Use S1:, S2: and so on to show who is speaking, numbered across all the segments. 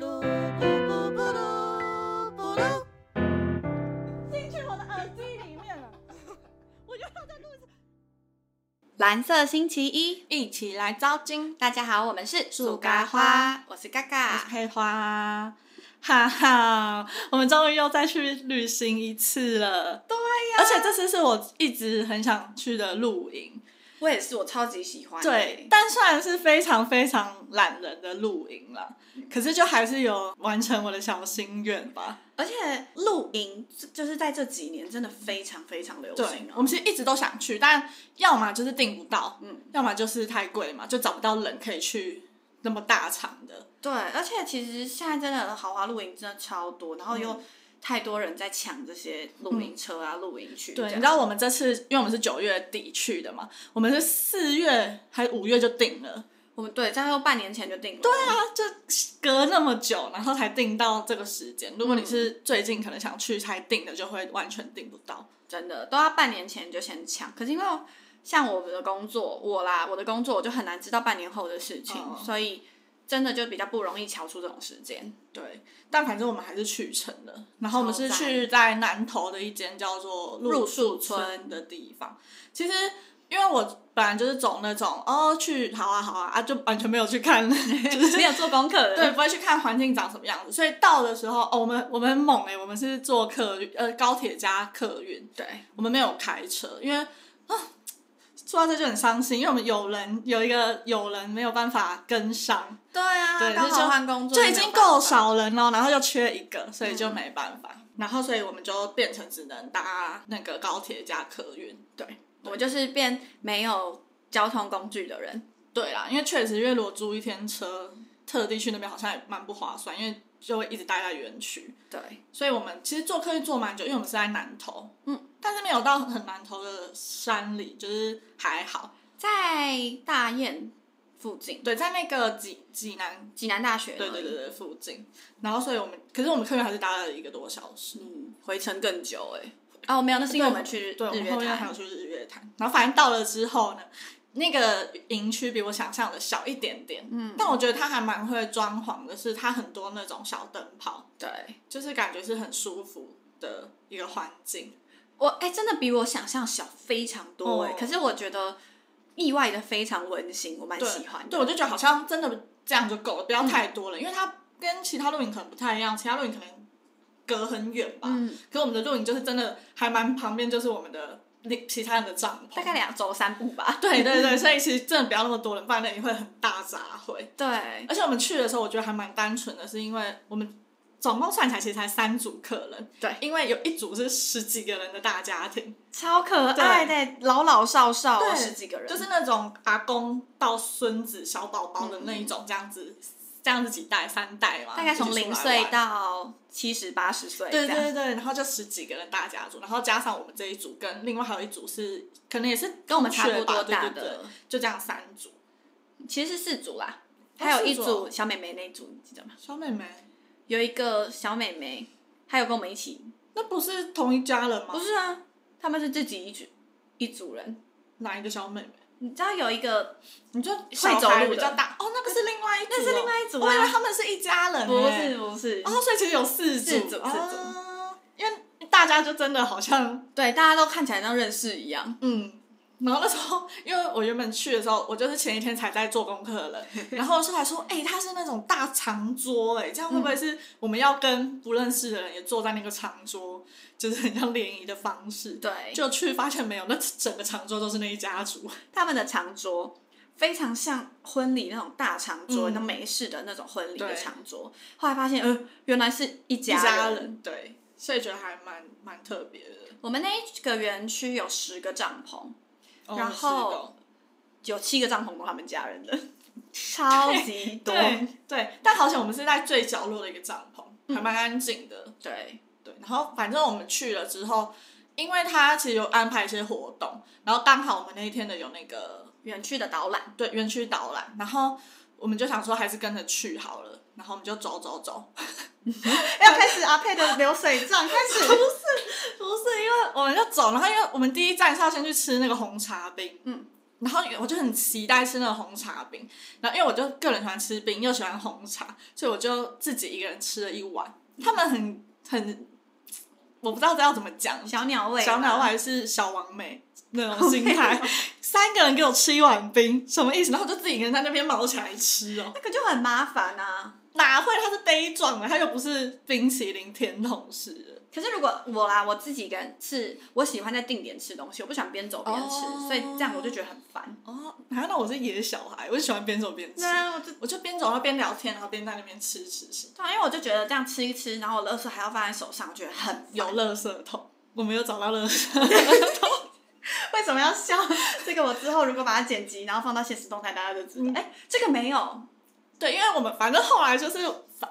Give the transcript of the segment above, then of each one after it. S1: 啊
S2: 蓝色星期一，
S1: 一起来招金。
S2: 大家好，我们是
S1: 树咖花，
S2: 我是嘎
S1: 我
S2: 嘎
S1: 是。佩啊花，哈哈，我们终于又再去旅行一次了。对呀、而且这次是我一直很想去的露营。
S2: 我也是，我超级喜欢。欸
S1: 对，，但虽然是非常非常懒人的露营啦，可是就还是有完成我的小心愿吧。
S2: 而且露营就是在这几年真的非常非常流
S1: 对
S2: 行、，哦
S1: 我们其实一直都想去，但要么就是订不到，
S2: 嗯，
S1: 要么就是太贵嘛，就找不到人可以去那么大场的。
S2: 对，而且其实现在真的豪华露营真的超多，然后又太多人在抢这些露营车啊、露营区这
S1: 对，
S2: 样。
S1: 你知道我们这次，因为我们是九月底去的嘛，我们是四月还五月就定了，
S2: 我们对，大概半年前就定了。对
S1: 啊，就隔那么久，然后才定到这个时间。如果你是最近可能想去才定的，就会完全定不到。
S2: 真的都要半年前就先抢。可是因为像我们的工作，我啦，我的工作我就很难知道半年后的事情，
S1: 哦
S2: 所以真的就比较不容易瞧出这种时间。
S1: 对，但反正我们还是去成了。然后我们是
S2: 超赞
S1: 去在南投的一间叫做
S2: 入
S1: 树
S2: 宿村
S1: 村的地方。其实因为我本来就是走那种哦去好啊好啊啊，就完全没有去看，就是
S2: 没有做功课的，
S1: 对，，不会去看环境长什么样子。所以到的时候，哦，我们我们很猛哎、我们是坐客运呃高铁加客运，
S2: 对，
S1: 我们没有开车，因为啊，说到这就很伤心，因为我们有人有一个有人没有办法跟上，
S2: 对啊，
S1: 对
S2: 刚
S1: 就
S2: 好换工作
S1: 就
S2: 没
S1: 已
S2: 有
S1: 经
S2: 办法嗯
S1: 够。少人了，然后又缺一个，所以就没办法。然后，所以我们就变成只能搭那个高铁加客运。对，
S2: 我就是变没有交通工具的人，
S1: 对啦，因为确实，因为如果租一天车，特地去那边好像也蛮不划算，因为就会一直待在园区。
S2: 对，
S1: 所以我们其实坐客运坐蛮久，因为我们是在南投，
S2: 嗯，
S1: 但是没有到很南投的山里，就是还好。
S2: 在大雁附近，
S1: 对，在那个济济南，
S2: 济南大学，
S1: 对对对，对附近。然后，所以我们可是我们客运还是搭了一个多小时。
S2: 嗯，回程更久哎、哦，没有，那是因为我们去
S1: 对，我
S2: 日
S1: 们
S2: 月
S1: 后面还
S2: 潭
S1: 有，去日月潭，然后反正到了之后呢，那个营区比我想象的小一点点，
S2: 嗯，
S1: 但我觉得它还蛮会装潢的，是它很多那种小灯泡，
S2: 对，
S1: 就是感觉是很舒服的一个环境。
S2: 我哎、真的比我想象小非常多哎、
S1: 哦
S2: 可是我觉得意外的非常温馨，我蛮
S1: 对
S2: 喜欢的。
S1: 对，我就觉得好像真的这样就够了，不要太多了，因为它跟其他露营可能不太一样，其他露营可能隔很远吧，
S2: 嗯，
S1: 可我们的露营就是真的还蛮旁边就是我们的另其他人的帐篷，
S2: 大概两周三步吧。
S1: 对对对，所以其实真的不要那么多人，不然那里会很大杂烩。
S2: 对，
S1: 而且我们去的时候，我觉得还蛮单纯的，是因为我们总共算起来其实才三组客人，
S2: 对
S1: 因为有一组是十几个人的大家庭，
S2: 超可爱的、老老少少哦
S1: 对
S2: 十几个人，
S1: 就是那种阿公到孙子小宝宝的那一种，这样子，这样子几代三代嘛，
S2: 嗯大概从
S1: 一起出
S2: 零
S1: 来
S2: 岁
S1: 玩。
S2: 到七十八十岁这
S1: 对对
S2: 样。
S1: 对对，然后就十几个人大家族，然后加上我们这一组，跟另外还有一组是可能也是
S2: 跟我们
S1: 同
S2: 差
S1: 学
S2: 不
S1: 吧
S2: 多大
S1: 对对对
S2: 的，
S1: 就这样三组。
S2: 其实是四组啦，
S1: 哦
S2: 还有一
S1: 四组
S2: 组小美眉那一组，你记得吗？
S1: 小妹妹，
S2: 有一个小美眉，还有跟我们一起，
S1: 那不是同一家人吗？
S2: 不是啊，他们是自己一组一组人。
S1: 哪一个小妹妹？
S2: 你知道有一个
S1: 你就
S2: 会走
S1: 小孩
S2: 路
S1: 比较
S2: 的
S1: 大哦，那个是另外一组哦，
S2: 那是另外一组啊
S1: 我以为他们是一家人欸，
S2: 不是不是
S1: 哦，所以其实有四组，
S2: 四组四组
S1: 哦因为大家就真的好像
S2: 对，大家都看起来像认识一样。
S1: 嗯。然后那时候，因为我原本去的时候，我就是前一天才在做功课了， 然后是还说，哎、他是那种大长桌、哎，这样会不会是我们要跟不认识的人也坐在那个长桌，就是很像联谊的方式？
S2: 对，就
S1: 就去发现没有，那整个长桌都是那一家族，
S2: 他们的长桌非常像婚礼那种大长桌，
S1: 嗯
S2: 那、美式的那种婚礼的
S1: 对
S2: 长桌。后来发现，呃，原来是一
S1: 一
S2: 家
S1: 家人，对，所以觉得还蛮蛮特别的。
S2: 我们那一个园区有十个帐篷，
S1: 哦
S2: 然
S1: 是
S2: 后
S1: 的
S2: 有七个帐篷都他们家人的，超级多。
S1: 对对，但好像我们是在最角落的一个帐篷，还蛮安静的。
S2: 对
S1: 对，然后反正我们去了之后，因为他其实有安排一些活动，然后刚好我们那一天的有那个
S2: 园区的导览，
S1: 对园区导览，然后我们就想说还是跟着去好了，然后我们就走走走，
S2: 要开始阿佩的流水账开始。
S1: 不是因为我们就走，然后因为我们第一站是要先去吃那个红茶冰，
S2: 嗯。
S1: 然后我就很期待吃那个红茶冰，然后因为我就个人喜欢吃冰，又喜欢红茶，所以我就自己一个人吃了一碗。他们很很，我不知道这要怎么讲，
S2: 小鸟胃，
S1: 小鸟胃还是小王美那种心 态，三个人给我吃一碗冰，什么意思？然后就自己一个人在那边毛起来吃哦，
S2: 那个就很麻烦啊。
S1: 哪会？它是杯状的，它又不是冰淇淋甜筒式的。
S2: 可是如果我啦，我自己一个人吃，我喜欢在定点吃东西，我不想边走边吃
S1: 哦
S2: 所以这样我就觉得很烦。
S1: 哦，啊，那我是野小孩，我就喜欢边走边吃，
S2: 那啊我就
S1: 我就边走然后边聊天，然后边在那边吃吃吃，
S2: 对啊，因为我就觉得这样吃一吃，然后我的垃圾还要放在手上，我觉得很烦
S1: 有垃圾桶，我没有找到垃圾
S2: 为什么要笑？这个我之后如果把它剪辑，然后放到现实动态，大家就知道。
S1: 嗯
S2: 哎、这个没有，
S1: 对，因为我们反正后来就是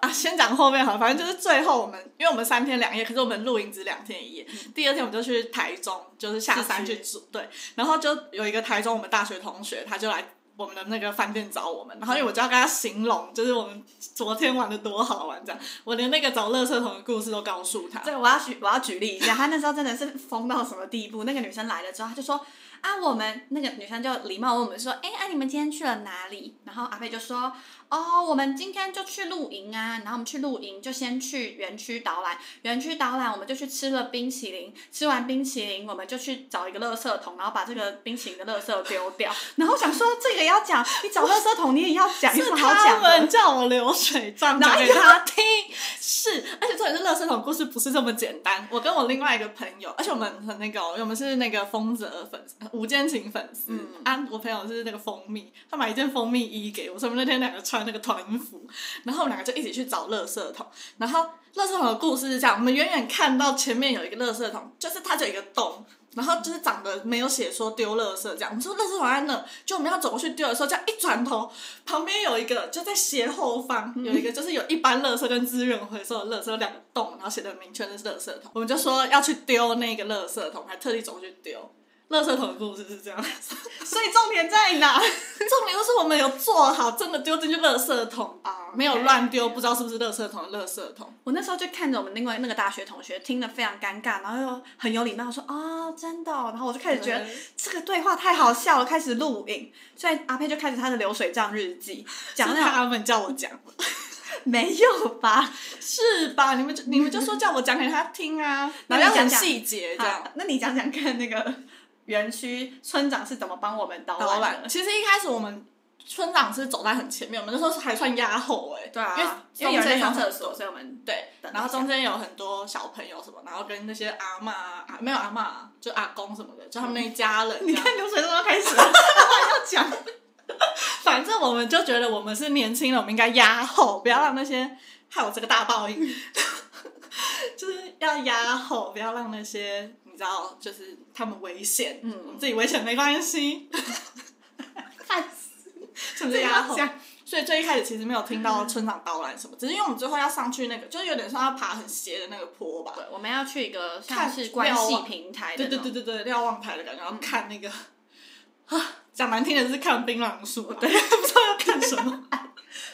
S1: 啊，先讲后面好了，反正就是最后我们，因为我们三天两夜，可是我们露营只两天一夜。
S2: 嗯
S1: 第二天我们就去台中，就是下山去住，对。然后就有一个台中我们大学同学，他就来我们的那个饭店找我们，然后因为我就要跟他形容，就是我们昨天玩的多好玩这样，我连那个找乐色桶的故事都告诉他。
S2: 这个我要举我要举例一下，她那时候真的是疯到什么地步。那个女生来了之后，她就说啊，我们那个女生就礼貌问我们说，哎、啊，你们今天去了哪里？然后阿贝就说，哦，我们今天就去露营啊，然后我们去露营就先去园区导览，园区导览我们就去吃了冰淇淋，吃完冰淇淋我们就去找一个垃圾桶，然后把这个冰淇淋的垃圾丢掉。 然后我想说这个也要讲，你找垃圾桶你也要讲，有什
S1: 是
S2: 么好讲
S1: 他们
S2: 的？
S1: 叫我流水账讲给他听，是，而且重点是乐色桶故事不是这么简单。我跟我另外一个朋友，而且我们很那个哦、我们是那个疯子的粉丝，吴建琴粉丝。
S2: 嗯
S1: 啊，我朋友是那个蜂蜜，他买一件蜂蜜衣给我，所以我们那天两个穿那个团服，然后我们两个就一起去找乐色桶。然后乐色桶的故事是这样，我们远远看到前面有一个乐色桶，就是它就有一个洞。然后就是长得没有写说丢垃圾这样，我们说垃圾桶在那，就我们要走过去丢的时候，这样一转头，旁边有一个就在斜后方
S2: 嗯
S1: 有一个，就是有一般垃圾跟资源回收的垃圾有两个洞，然后写的明确是垃圾桶，我们就说要去丢那个垃圾桶，还特地走过去丢。垃圾桶的故事是 这样，
S2: 所以重点在哪？
S1: 重点就是我们有做好，真的丢进去垃圾桶
S2: 啊
S1: 没有乱丢，不知道是不是垃圾桶的垃圾桶。
S2: 我那时候就看着我们另外那个大学同学，听得非常尴尬，然后又很有礼貌说哦，真的哦、然后我就开始觉得
S1: 对
S2: 这个对话太好笑了，开始录影，所以阿佩就开始他的流水账日记，讲
S1: 是
S2: 那种
S1: 他们叫我讲，
S2: 没有吧？
S1: 是吧？你们就你们就说叫我讲给他 听啊，
S2: 那
S1: 然
S2: 你
S1: 后要
S2: 讲
S1: 很
S2: 讲
S1: 细节这样。
S2: 好 那你讲讲看那个园区村长是怎么帮我们导
S1: 导
S2: 览
S1: 览。
S2: 的？
S1: 其实一开始我们村长是走在很前面，我们那时候还算压后哎、
S2: 对啊，因
S1: 因
S2: 为
S1: 为
S2: 有人在
S1: 中间
S2: 上
S1: 很
S2: 厕所，所以我们
S1: 对，
S2: 等一下
S1: 然后中间有很多小朋友什么，然后跟那些阿嬷啊，没有阿嬷啊，就阿公什么的，就他们那一家人。
S2: 你看，流水账都开始了， 还要讲。
S1: 反正我们就觉得我们是年轻人，我们应该压后，不要让那些害我这个大报应， 就是要压后，不要让那些你知道，就是他们危险，
S2: 嗯
S1: 我们自己危险没关系，
S2: 烦死
S1: 是不
S2: 了
S1: 是压 后？
S2: 讲
S1: 所以最一开始其实没有听到村长导览什么，只是因为我们最后要上去那个，就是有点像要爬很斜的那个坡吧。
S2: 对，我们要去一个像
S1: 看
S2: 是关
S1: 瞭
S2: 系
S1: 望
S2: 平台的
S1: 对
S2: 那种，
S1: 对对对对，瞭望台的感觉，然后看那个，啊，讲难听的是看槟榔树啊，对，不知道要看什么。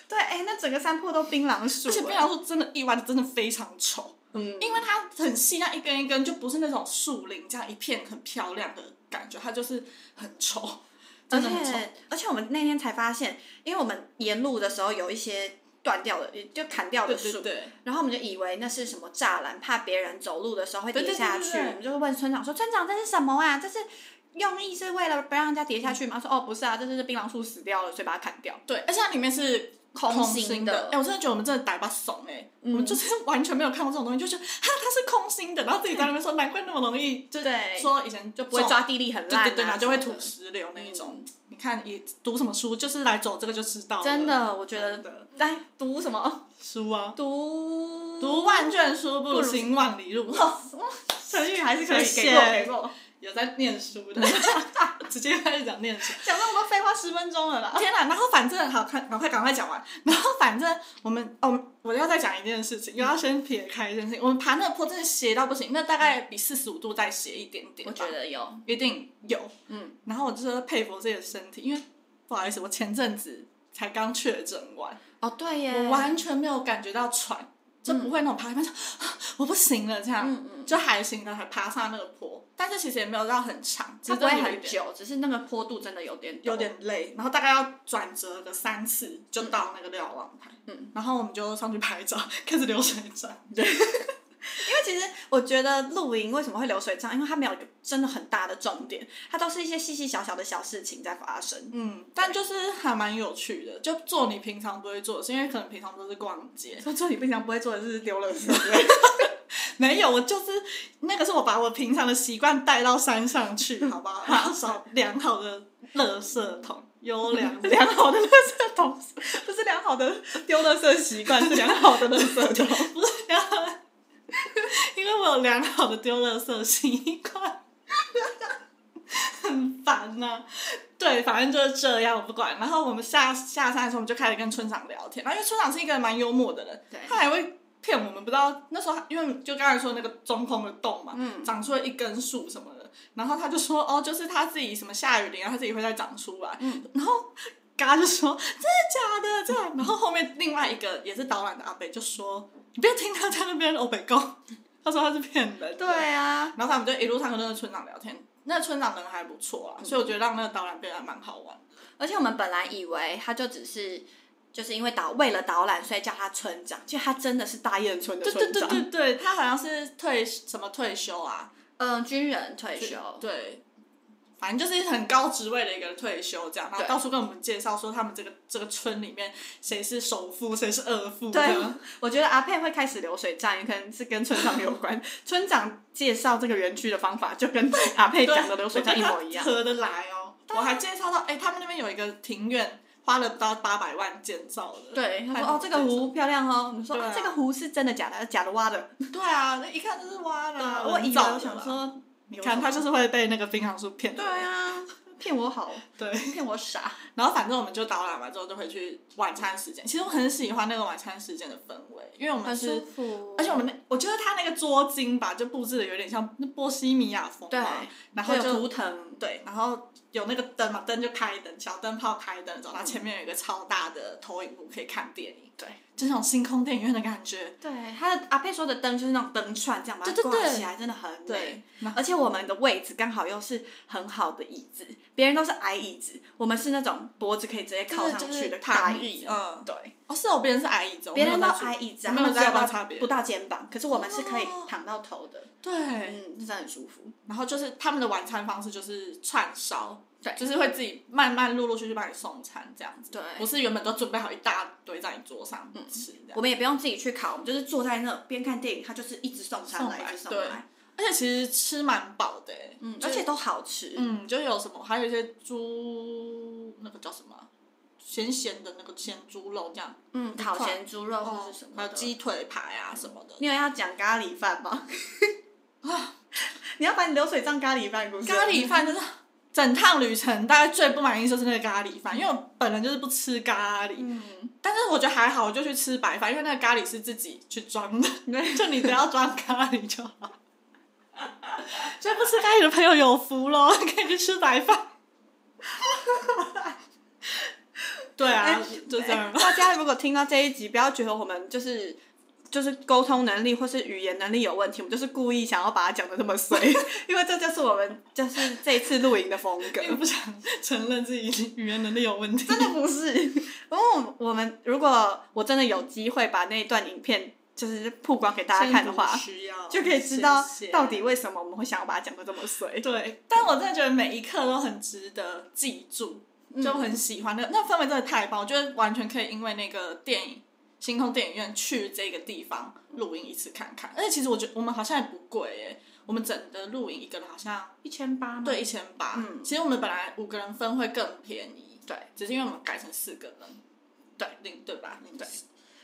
S2: 对，哎、那整个山坡都槟榔树，
S1: 而且槟榔树真的意外的真的非常丑，
S2: 嗯，
S1: 因为它很细，那一根一根就不是那种树林这样一片很漂亮的感觉，它就是很丑，
S2: 而
S1: 真的很丑。
S2: 且而且我们那天才发现，因为我们沿路的时候有一些断掉的，也就砍掉
S1: 对
S2: 的
S1: 对
S2: 树，
S1: 对，
S2: 然后我们就以为那是什么栅栏，怕别人走路的时候会跌下去，
S1: 对对对对对
S2: 我们就问村长说：“村长，这是什么啊？这是用意是为了不让人家跌下去吗？”他说：“哦，不是啊，这就是槟榔树死掉了，所以把它砍掉。
S1: 对，而且它里面是
S2: 空心
S1: 心
S2: 的嗯
S1: 哎、我真的觉得我们真的呆吧怂哎、我们就是 完全没有看过这种东西，就觉得哈它是空心的，然后自己在那边说难怪那么容易，”就
S2: 对，
S1: 说以前就
S2: 不会
S1: 种
S2: 抓地力很
S1: 对
S2: 烂、啊，
S1: 对对，然后就会
S2: 什么的
S1: 吐
S2: 嗯
S1: 石榴那一种。你看你读什么书，就是来走这个就知道了
S2: 真的，我觉
S1: 真
S2: 得
S1: 的
S2: 来读什么
S1: 书啊，
S2: 读
S1: 读万卷书不
S2: 不
S1: 如
S2: 如
S1: 行万里 路。
S2: 成语还是可以
S1: 谢
S2: 给
S1: 谢
S2: 过给过，
S1: 有在念书 的，直接开始讲念书。
S2: 讲那么多废话十分钟了啦。
S1: 天哪！然后反正好看，赶快赶快讲完。然后反正我们哦，我要再讲一件事情，又要先撇开一件事情。我们爬那个坡真的斜到不行，那大概比四十五度再斜一点点
S2: 我
S1: 吧。
S2: 觉得有，
S1: 一定有。
S2: 嗯，
S1: 然后我就是佩服自己的身体，因为不好意思，我前阵子才刚确诊完，
S2: 哦对耶，
S1: 我完全没有感觉到喘，就不会那种爬一半就、啊 我不行了这样，
S2: 嗯嗯
S1: 就还行的，还爬上那个坡，但是其实也没有到很长，
S2: 它
S1: 它
S2: 不会
S1: 真的有一
S2: 很
S1: 点
S2: 久，只是那个坡度真的有点陡
S1: 有点累，然后大概要转折个三次就到那个瞭望台，
S2: 嗯，
S1: 然后我们就上去拍照，开始流水账，对，
S2: 因为其实我觉得露营为什么会流水账，因为它没有一个真的很大的重点，它都是一些细细小小的小事情在发生。
S1: 嗯，但就是还蛮有趣的，就做你平常不会做的事，因为可能平常都是逛街。
S2: 说做你平常不会做的事丢了 是
S1: 没有，我就是那个是我把我平常的习惯带到山上去，好不好？然后 找良好的垃圾桶，优良良好的垃圾桶，
S2: 不是良好的丢垃圾习惯，是良好的垃圾丢。
S1: 因为我有良好的丢垃圾习惯，很烦呐、对，反正就是这样，我不管。然后我们下下山的时候，我们就开始跟村长聊天。然后因为村长是一个蛮幽默的人，
S2: 对
S1: 他还会骗我们，不知道那时候他因为就刚才说那个中空的洞嘛，
S2: 嗯
S1: 长出了一根树什么的。然后他就说哦，就是他自己什么下雨淋，然后他自己会再长出来。
S2: 嗯
S1: 然后嘎就说真的假的这样。然后后面另外一个也是导览的阿北就说你不要听他在那边欧北贡， 他说他是骗人的。
S2: 对啊，
S1: 然后他们就一路上跟那个村长聊天，那村长人还不错啊，所以我觉得让那个导览变得蛮好玩。
S2: 而且我们本来以为他就只是。就是因为导为了导览，所以叫他村长。其实他真的是大雁村的
S1: 对
S2: 村
S1: 对
S2: 长，
S1: 对对对，他好像是退什么退休啊，
S2: 嗯，军人退休，
S1: 对，反正就是很高职位的一个退休这样，然后
S2: 对
S1: 到处跟我们介绍说他们这个这个村里面谁是首富，谁是二富这
S2: 对
S1: 样。，
S2: 我觉得阿佩会开始流水账，也可能是跟村长有关。 村长介绍这个园区的方法，就跟阿佩讲的流水账一模一样。
S1: 合得来哦。我还介绍到，哎、他们那边有一个庭院，花了不到八百万建造的。
S2: 对，他
S1: 还
S2: 说哦，这个湖漂亮哦。你说、
S1: 对啊
S2: 啊这个湖是真的假的？还是假的挖的？
S1: 对啊，那一看就是挖的啊、
S2: 我以为
S1: 造的
S2: 我想
S1: 啦，
S2: 说，你
S1: 看他就是会被那个槟榔树骗。
S2: 对，啊，骗我好，
S1: 对。
S2: 骗我傻。
S1: 然后反正我们就导览完之后就回去晚餐时间，其实我很喜欢那个晚餐时间的氛围，因为我们是
S2: 服
S1: 而且我们那，我觉得他那个桌巾吧，就布置的有点像那波西米亚风嘛，
S2: 对
S1: 然后
S2: 会有
S1: 就
S2: 图腾，
S1: 对，然后有那个灯嘛，灯就开灯，小灯泡开灯之后，然后前面有一个超大的投影幕可以看电影，
S2: 嗯对，
S1: 就那种星空电影院的感觉，
S2: 对他的阿佩说的灯就是那种灯串，这样把它
S1: 对对
S2: 挂
S1: 对
S2: 起来，真的很美
S1: 对。
S2: 而且我们的位置刚好又是很好的椅子，别人都是矮椅子，我们是那种脖子可以直接靠上去的大
S1: 躺
S2: 椅
S1: 椅，
S2: 子。
S1: 嗯，
S2: 对，
S1: 哦，是哦，别人是矮椅子，我
S2: 别人
S1: 没
S2: 都
S1: 有在注意
S2: 矮椅子、
S1: 我
S2: 啊，
S1: 没
S2: 他
S1: 有
S2: 们只
S1: 在
S2: 有
S1: 观
S2: 到
S1: 察别
S2: 不
S1: 人，
S2: 到肩膀，可是我们是可以
S1: 哦
S2: 躺到头的，
S1: 对，
S2: 嗯，真的很舒服。
S1: 然后就是他们的晚餐方式就是串烧，
S2: 对
S1: 就是会自己慢慢陆陆续续帮你送餐这样子，
S2: 对
S1: 不是原本都准备好一大堆在你桌上吃这样。
S2: 我们也不用自己去烤，我们就是坐在那边看电影，他就是一直送餐来，
S1: 送来
S2: 一直送
S1: 对
S2: 来，
S1: 而且其实吃蛮饱的、欸，
S2: 嗯，
S1: 就
S2: 而
S1: 是
S2: 且都好吃。
S1: 嗯，就有什么，还有一些猪那个叫什么啊，咸咸的那个咸猪肉这样，
S2: 嗯，烤咸猪肉或是什么
S1: 哦还
S2: 的
S1: 有，鸡腿排啊什么的。
S2: 你有要讲咖喱饭吗？你要把你流水账咖喱饭故事
S1: 咖喱饭就是整趟旅程大概最不满意就是那个咖喱饭，因为我本人就是不吃咖喱，
S2: 嗯，
S1: 但是我觉得还好，我就去吃白饭，因为那个咖喱是自己去装的， 就你只要装咖喱就好。 所以不吃咖喱的朋友有福喽， 可以去吃白饭。 对啊，就这
S2: 哎
S1: 样。
S2: 大家如果听到这一集，不要觉得我们就是就是沟通能力或是语言能力有问题，我们就是故意想要把它讲的那么碎， 因为这就是我们就是这一次露营的风格。
S1: 并不想承认自己语言能力有问 题。
S2: 真的不是， 因为我们我们如果我真的有机会把那一段影片就是曝光给大家看的话，
S1: 需要
S2: 就可以知道
S1: 谢谢
S2: 到底为什么我们会想要把它讲的这么碎。
S1: 对，但我真的觉得每一刻都很值得记住，就很喜欢那个、那氛围真的太棒，我觉得完全可以因为那个电影星空电影院去这个地方露营一次看看。而且其实我觉得我们好像也不贵耶，我们整个露营一个人好像
S2: 一千八吗？
S1: 对一千八，
S2: 嗯
S1: 其实我们本来五个人分会更便宜，
S2: 对，
S1: 只是因为我们改成四个人，对零对吧？零对。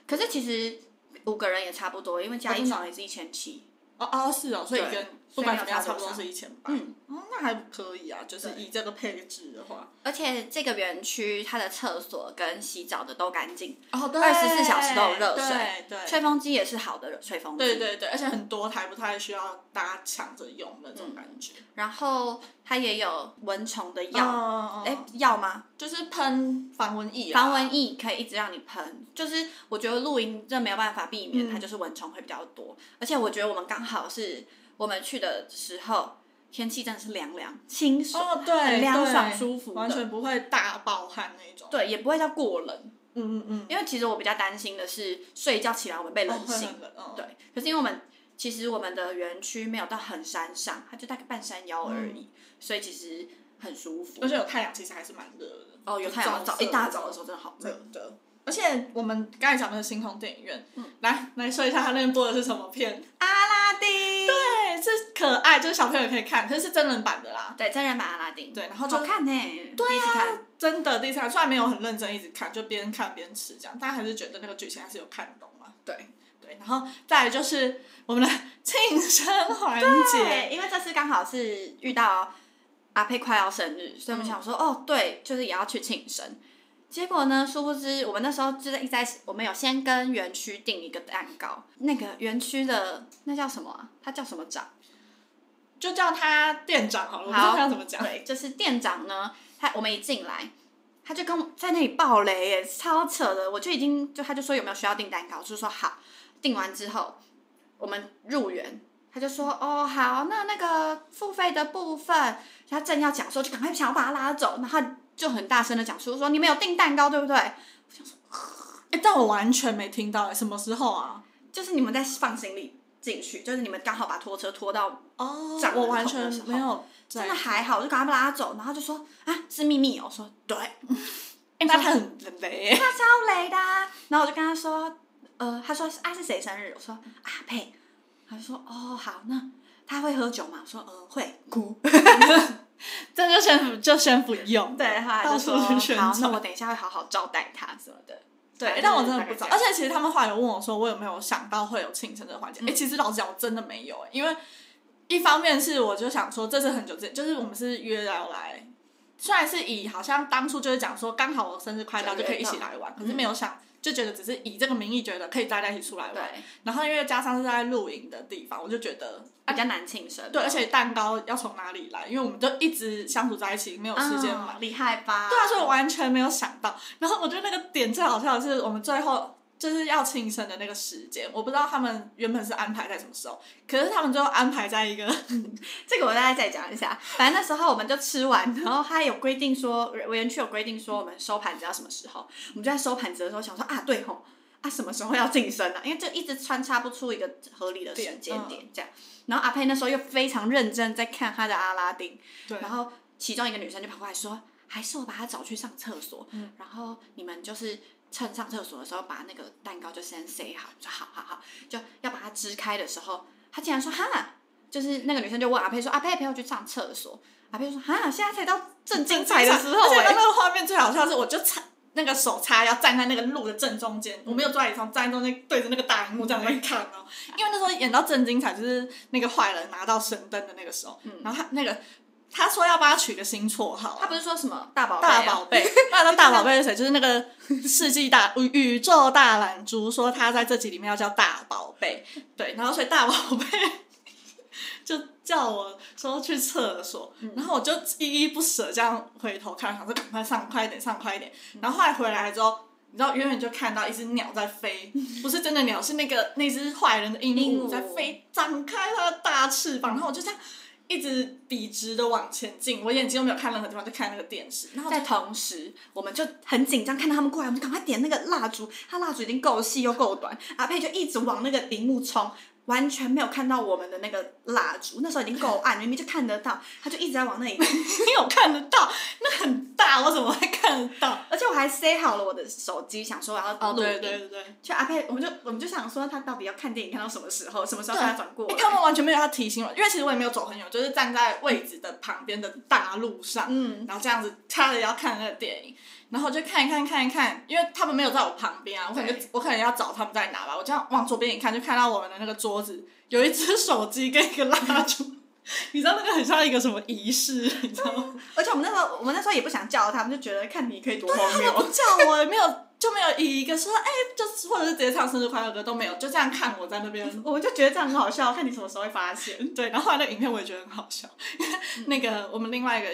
S2: 可是其实五个人也差不多，因为加
S1: 哦
S2: 一
S1: 真的
S2: 床也是一千七。
S1: 哦哦，是哦，所以
S2: 对
S1: 跟不管怎么样，
S2: 所
S1: 差
S2: 以没有差
S1: 不
S2: 多
S1: 多
S2: 少
S1: 是一千八。
S2: 嗯，
S1: 哦，那还可以啊，就是
S2: 对
S1: 以这个配置的话，
S2: 而且这个园区它的厕所跟洗澡的都干净，
S1: 哦，对
S2: 24小时都有热水
S1: 对对
S2: 吹风机也是好的吹风机。
S1: 对对对，而且很多台不太需要大家抢着用那种感觉。
S2: 然后它也有蚊虫的药，
S1: 要
S2: 哎、药吗？
S1: 就是喷防蚊液啊，
S2: 防蚊液可以一直让你喷，就是我觉得露营这没有办法避免，
S1: 嗯
S2: 它就是蚊虫会比较多。而且我觉得我们刚好是我们去的时候，天气真的是凉凉清爽，
S1: 哦，对，
S2: 很凉
S1: 对
S2: 爽舒服的
S1: 完全不会大爆汗那种。
S2: 对，也不会叫过冷。
S1: 嗯嗯嗯，
S2: 因为其实我比较担心的是睡一觉起来我们被冷
S1: 哦会
S2: 醒，
S1: 很冷，嗯
S2: 对。可是因为我们其实我们的园区没有到很山上，它就大概半山腰而已，所以其实很舒服。
S1: 而且有太阳，其实还是蛮热的。
S2: 哦，有太阳早
S1: 就
S2: 一
S1: 照射
S2: 大早的时候真的好热。
S1: 真的。而且我们刚才讲的是星空电影院，
S2: 嗯
S1: 来来说一下它那边播的是什么片？
S2: 阿拉丁，对
S1: 对，是可爱，就是小朋友也可以看，可是是真人版的啦。
S2: 啊对，真人版阿拉丁，
S1: 对，然后就
S2: 好看呢、对啊呀、看
S1: 真的第三，虽然没有很认真一直看，就边看边吃这样，但还是觉得那个剧情还是有看懂嘛。
S2: 对
S1: 对，然后再来就是我们的庆生环节，
S2: 对，因为这次刚好是遇到阿佩快要生日，所以我们想说，哦，对，就是也要去庆生。结果呢，殊不知我们那时候就在一开始，我们有先跟园区订一个蛋糕，那个园区的那叫什么、啊？它叫什么长？
S1: 就叫他店长好了，我不知
S2: 好
S1: 道他要怎么讲。
S2: 对，就是店长呢，他我们一进来，他就跟我在那里爆雷耶，超扯的。我就已经就他就说有没有需要订蛋糕，我就说好。订完之后，我们入园，他就说哦好，那那个付费的部分，他正要讲的时候，就赶快想要把他拉走，然后他就很大声的讲出说你们有订蛋糕对不对？
S1: 哎，但我完全没听到，哎，什么时候啊？
S2: 就是你们在放行李进去，就是你们刚好把拖车拖到
S1: 哦
S2: 长得
S1: 我完
S2: 很好
S1: 全
S2: 的时候
S1: 没有在
S2: 真的还好，我就赶快把他拉走，然后就说啊是秘密哦，我说对，
S1: 哎，那他很很雷欸，
S2: 他超雷的啊、然后我就跟他说，呃，他说啊是谁生日？我说阿佩，他就说哦好，那他会喝酒吗？我说嗯会。
S1: 哭， 这就先就先不用。
S2: 对，后来
S1: 到
S2: 就
S1: 处
S2: 说
S1: 宣
S2: 好，那
S1: 传
S2: 我等一下会好好招待他什么的。
S1: 对
S2: 啊对，
S1: 但我真的不知道。而
S2: 且
S1: 且其实他们后来有问我说，我有没有想到会有庆生这个环节？哎、其实老实讲，我真的没有、诶因为一方面是我就想说，这是很久之前，就是我们是约要来，虽然是以好像当初就是讲说刚好我生日快到就可以一起来玩，可是没有想。就觉得只是以这个名义，觉得可以大家一起出来玩，
S2: 对
S1: 然后因为加上是在露营的地方，我就觉得
S2: 比较难庆生，
S1: 对，而且蛋糕要从哪里来，因为我们就一直相处在一起，没有
S2: 啊
S1: 时间买，
S2: 厉害吧？
S1: 对啊，所以我完全没有想到。然后我觉得那个点最好笑的是，我们最后就是要庆生的那个时间，我不知道他们原本是安排在什么时候，可是他们最后安排在一个，
S2: 这个我大概再讲一下。反正那时候我们就吃完，然后他有规定说，园区有规定说我们收盘子要什么时候。我们就在收盘子的时候想说啊，对吼，啊什么时候要晋升啊？因为这一直穿插不出一个合理的时间点这样。然后阿佩那时候又非常认真在看他的阿拉丁，
S1: 对
S2: 然后其中一个女生就跑过来说，还是我把他找去上厕所，然后你们就是。趁上厕所的时候，把那个蛋糕就先塞好，我说好好好，就要把它支开的时候，他竟然说哈，就是那个女生就问阿佩说：“阿佩陪我去上厕所。”阿佩就说：“哈，现在才到正精彩的时候、
S1: 而且
S2: 欸
S1: 那个画面最好笑的是，我就插那个手叉要站在那个路的正中间，我没有坐在椅子上，站在中间对着那个大荧幕这样在看哦。
S2: 嗯
S1: 因为那时候演到正精彩，就是那个坏人拿到神灯的那个时候，然后他那个他说要帮他取个新绰号啊、
S2: 嗯他不是说什么大宝贝啊
S1: 大宝贝，那那大宝贝是谁？就是那 个世纪大宇宇宙大懒猪，说他在这集里面要叫大宝贝，对，然后所以大宝贝就叫我说去厕所，
S2: 嗯
S1: 然后我就依依不舍这样回头看，想说赶快上，快一点上，快一点。
S2: 嗯
S1: 然后后来回来之后，你知道远远就看到一只鸟在飞，
S2: 嗯
S1: 不是真的鸟，是那个那只坏人的鹦
S2: 鹦
S1: 鹉
S2: 鹉
S1: 在飞，展开它的大翅膀，然后我就这样。一直笔直的往前进，我眼睛又没有看任何地方，就看那个电视，然后我就
S2: 在同时，我们就很紧张，看到他们过来，我们就赶快点那个蜡烛。他蜡烛已经够细又够短，阿佩就一直往那个荧幕冲，完全没有看到我们的那个蜡烛。那时候已经够暗，明明就看得到，他就一直在往那里
S1: 没有看得到，那很大，我怎么会看得到？
S2: 而且我还塞好了我的手机，想说我要录影。
S1: 哦对对。
S2: 就阿佩，我们就我们就想说他到底要看电影看到什么时候，什么时候
S1: 对
S2: 才要转过
S1: 哎、
S2: 来？
S1: 他们完全没有要提醒我，因为其实我也没有走很远，就是站在位置的旁边的大路上，
S2: 嗯，
S1: 然后这样子插着要看那个电影，然后我就看一看看一看，因为他们没有在我旁边啊，我可能就
S2: 对
S1: 我可能要找他们在哪吧，我这样往左边一看，就看到我们的那个桌子有一只手机跟一个蜡烛， 你知道那个很像一个什么仪式，你知道吗？
S2: 而且我们那时候我们那时候也不想叫他们，就觉得看你可以多荒
S1: 他们
S2: 谬。
S1: 不叫我，也没有就没有以一个说哎、就是或者是直接唱生日快乐歌都没有，就这样看我在那边。
S2: 我们就觉得这样很好笑，看你什么时候会发现。
S1: 对，然后后来那个影片我也觉得很好笑， 因为那个我们另外一个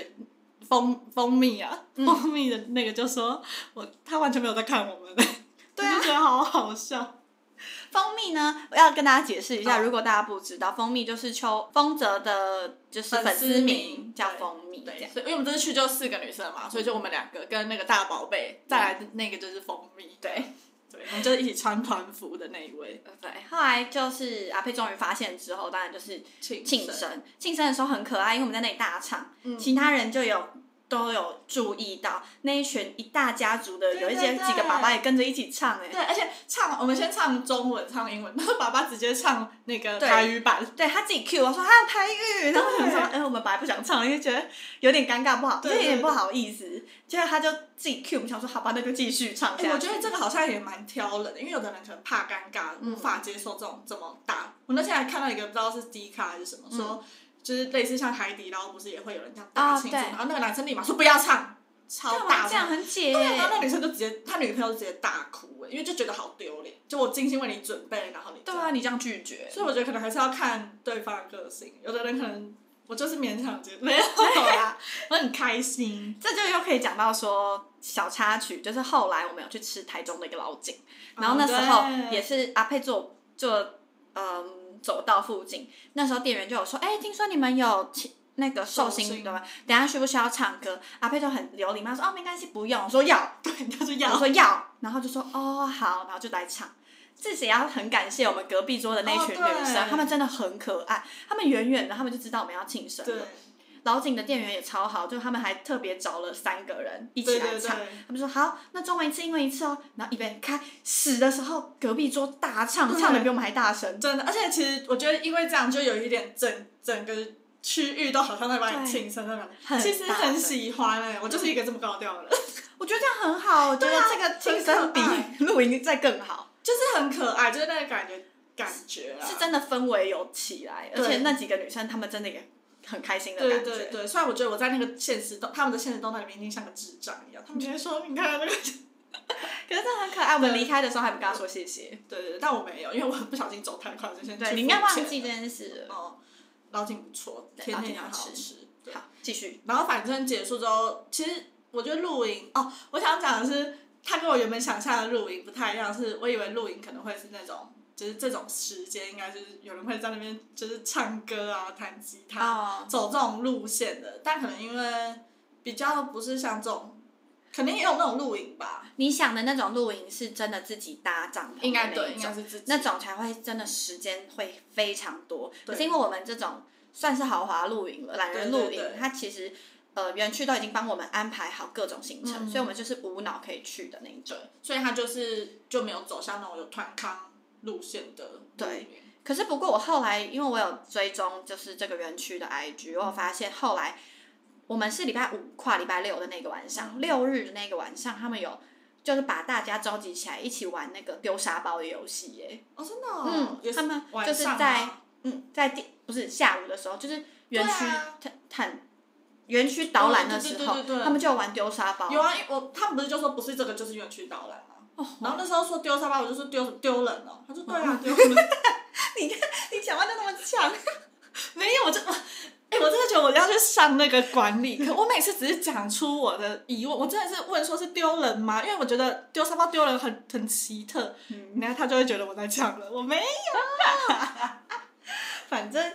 S1: 蜂蜂蜜啊，
S2: 嗯
S1: 蜂蜜的那个就说我他完全没有在看我们， 对啊，就觉得好好笑。
S2: 蜂蜜呢，我要跟大家解释一下，
S1: 哦
S2: 如果大家不知道，蜂蜜就是邱丰泽的，就是
S1: 粉
S2: 粉
S1: 丝
S2: 丝
S1: 名
S2: 名叫
S1: 对
S2: 蜂蜜，这样。
S1: 所以因为我们这次去就四个女生嘛，所以就我们两个跟那个大宝贝，再来那个就是蜂蜜。
S2: 对
S1: 对，我们就是一起穿团服的那一位，
S2: 对，后来就是阿佩终于发现之后，当然就是
S1: 庆嗯
S2: 庆生。庆生的时候很可爱，因为我们在那里大唱，其他人就有都有注意到那一群一大家族的，
S1: 对
S2: 有一些
S1: 对对
S2: 几个爸爸也跟着一起唱、哎，
S1: 对，而且唱我们先唱中文，唱英文，然后爸爸直接唱那个
S2: 对
S1: 台语版，
S2: 对他自己 cue 我说他要台语，然后我想说，
S1: 对
S2: 哎、我们本来不想唱，因为觉得有点尴尬，不好，就
S1: 对
S2: 有点
S1: 对
S2: 不好意思。结果他就自己 cue，我们想说，好吧，那就继续唱下
S1: 哎、
S2: 去。
S1: 我觉得这个好像也蛮挑人的，因为有的人可能怕尴尬，
S2: 嗯
S1: 无法接受这种这么大。我那天还看到一个不知道是低卡还是什么，
S2: 嗯
S1: 说就是类似像海底捞，不是也会有人这样大
S2: 啊
S1: 庆祝，
S2: 对
S1: 然后那个男生立马说不要唱，超
S2: 干
S1: 大
S2: 嘛
S1: 声
S2: 这样很解、
S1: 对，啊然后那女生就直接，他女朋友就直接大哭、哎，因为就觉得好丢脸，就我精心为你准备，然后你这
S2: 对
S1: 样
S2: 啊，你这样拒绝，
S1: 所以我觉得可能还是要看对方的个性，有的人可能我就是勉强接受，没有啦，我很开心。
S2: 这就又可以讲到说小插曲，就是后来我们有去吃台中的一个老井，然后那时候
S1: 哦对
S2: 也是阿佩坐坐嗯走到附近，那时候店员就有说，哎、听说你们有请那个寿
S1: 寿
S2: 星
S1: 星
S2: 对吧？等一下需不需要唱歌？阿佩就很有礼貌说，哦，没关系，不用。我说要，
S1: 对，他就
S2: 我
S1: 要
S2: 说要，然后就说哦好，然后就来唱。这也要很感谢我们隔壁桌的那群
S1: 哦对
S2: 女生，她、们真的很可爱。她们远远的，她们就知道我们要庆生
S1: 对
S2: 了。老井的店员也超好，就他们还特别找了三个人一起
S1: 对
S2: 来
S1: 对
S2: 唱。
S1: 对，
S2: 他们说好，那中文一次，英文一次哦。然后一边开始的时候，隔壁桌大唱，
S1: 对
S2: 唱的比我们还大声。
S1: 真的，而且其实我觉得因为这样就有一点整整个区域都好像在帮你
S2: 对
S1: 庆生那种
S2: 很，
S1: 其实
S2: 大
S1: 很
S2: 声
S1: 喜欢哎、我就是一个这么高调的人。
S2: 我觉得这样很好，我觉得
S1: 对啊
S2: 这个庆
S1: 很
S2: 生
S1: 可
S2: 比
S1: 爱
S2: 露营再更好，
S1: 就是很可爱，就是那个感觉感觉啊啦。
S2: 是真的氛围有起来，而
S1: 对
S2: 且那几个女生她们真的也很开心的
S1: 对
S2: 感
S1: 对
S2: 觉。
S1: 对，虽然我觉得我在那个现实动，他们的现实动态里面已经像个智障一样，他们直接说你看那个，
S2: 可是这很可爱。我们
S1: 对
S2: 离开的时候还不跟她说谢谢。
S1: 对对对，但我没有，因为我不小心走太快，我就先
S2: 对，
S1: 去
S2: 你应该
S1: 付
S2: 忘
S1: 钱
S2: 记这件事了。
S1: 哦，捞金不错，
S2: 对
S1: 天
S2: 捞
S1: 天
S2: 金
S1: 很
S2: 好
S1: 好
S2: 吃
S1: 吃。对，
S2: 好，继续。
S1: 然后反正结束之后，其实我觉得露营哦，我想讲的是，它跟我原本想象的露营不太一样，是我以为露营可能会是那种。就是这种时间，应该就是有人会在那边就是唱歌啊、弹吉他、
S2: 哦，
S1: 走这种路线的，但可能因为比较不是像这种，肯定也有那种露营吧，
S2: 你想的那种露营是真的自己搭帐篷的那一种，
S1: 应该是自己
S2: 那种才会真的时间会非常多。
S1: 对
S2: 可是因为我们这种算是豪华露营了，懒人露
S1: 对
S2: 营
S1: 对对，
S2: 它其实呃园区都已经帮我们安排好各种行程，
S1: 嗯
S2: 所以我们就是无脑可以去的那一种。
S1: 对，所以他就是就没有走向那种有团康路线的
S2: 对
S1: 露营，
S2: 可是不过我后来，因为我有追踪就是这个园区的 IG，我有发现后来我们是礼拜五跨礼拜六的那个晚
S1: 嗯
S2: 上，六日的那个晚上，他们有就是把大家召集起来一起玩那个丢沙包的游戏耶。
S1: 哦，真的哦、
S2: 嗯
S1: 也是
S2: 他们
S1: 晚
S2: 就是
S1: 上
S2: 在
S1: 吗
S2: 嗯，在第不是下午的时候，就是园区
S1: 对啊
S2: 探探园区导览的时
S1: 哦对对
S2: 候
S1: 对对，对
S2: 他们就有玩丢沙包。
S1: 有啊，因为我他们不是就说不是这个就是园区导览吗？
S2: 哦
S1: 然后那时候说丢沙包，我就说丢丢人哦，他说对啊，丢人，
S2: 你讲话就那么呛，
S1: 没有，我就哎、我真的觉得我要去上那个 管理课。我每次只是讲出我的疑问，我真的是问说是丢人吗？因为我觉得丢沙包丢人很很奇特，
S2: 嗯
S1: 然后他就会觉得我在讲人，我没有。啊
S2: 反正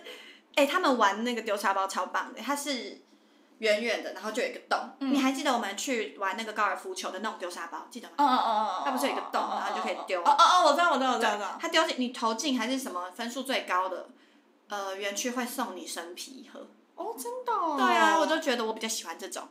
S2: 哎、他们玩那个丢沙包超棒的，它是远远的，然后就有一个洞。
S1: 嗯
S2: 你还记得我们去玩那个高尔夫球的那种丢沙包，记得吗？
S1: 嗯嗯嗯
S2: 它不是有一个洞然后就可以丢
S1: 哦哦哦，我知道，我知道，我知道，我知道。
S2: 它丢进你投进还是什么分数最高的，呃，园区会送你生啤盒。
S1: 哦，真的、哦。
S2: 对啊，我都觉得我比较喜欢这种，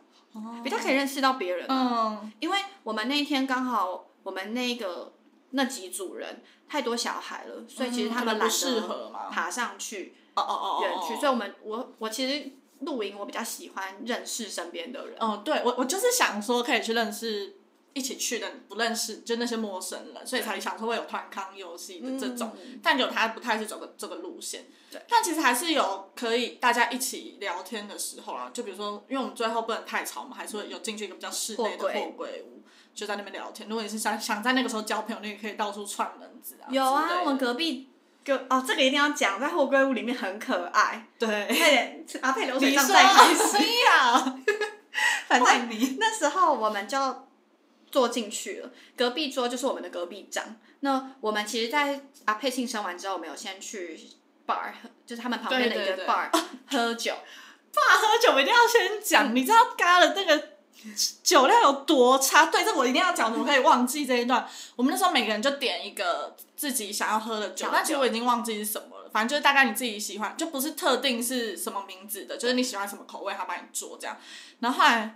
S2: 比较可以认识到别人。
S1: 嗯，
S2: 因为我们那一天刚好我们那个那几组人太多小孩了，所以其实他们
S1: 嗯可能
S2: 懒
S1: 不适
S2: 得
S1: 合嘛。
S2: 爬上去
S1: 哦哦哦
S2: 园区，所以我们我我其实露营我比较喜欢认识身边的人，
S1: 嗯，对我我就是想说可以去认识一起去的不认识就那些陌生人，所以才想说会有团康游戏的这种，但就他不太是走个这个路线。
S2: 对，
S1: 但其实还是有可以大家一起聊天的时候啦，就比如说，因为我们最后不能太吵嘛，还是会有进去一个比较室内
S2: 货
S1: 的
S2: 柜
S1: 货柜屋，就在那边聊天。如果你是想想在那个时候交朋友，你也可以到处串门子啊之类的。
S2: 有啊，我们隔壁隔哦这个一定要讲，在货柜屋里面很可爱，
S1: 对，
S2: 快点阿佩流水
S1: 你
S2: 账
S1: 说
S2: 再开始，
S1: 西啊，
S2: 反正
S1: 换你
S2: 那时候我们就坐进去了，隔壁桌就是我们的隔壁长。那我们其实，在阿佩庆生完之后，我们有先去 bar，就是他们旁边的
S1: 对
S2: 一
S1: 对
S2: 个
S1: 对
S2: bar 喝酒。嗯
S1: 爸喝酒我一定要先讲，你知道嘎了那个酒量有多差。对，这我一定要讲，我可以忘记这一段。我们那时候每个人就点一个自己想要喝的酒
S2: 小，
S1: 但其实我已经忘记是什么了。反正就是大概你自己喜欢，就不是特定是什么名字的，就是你喜欢什么口味，他帮你做这样。然后后来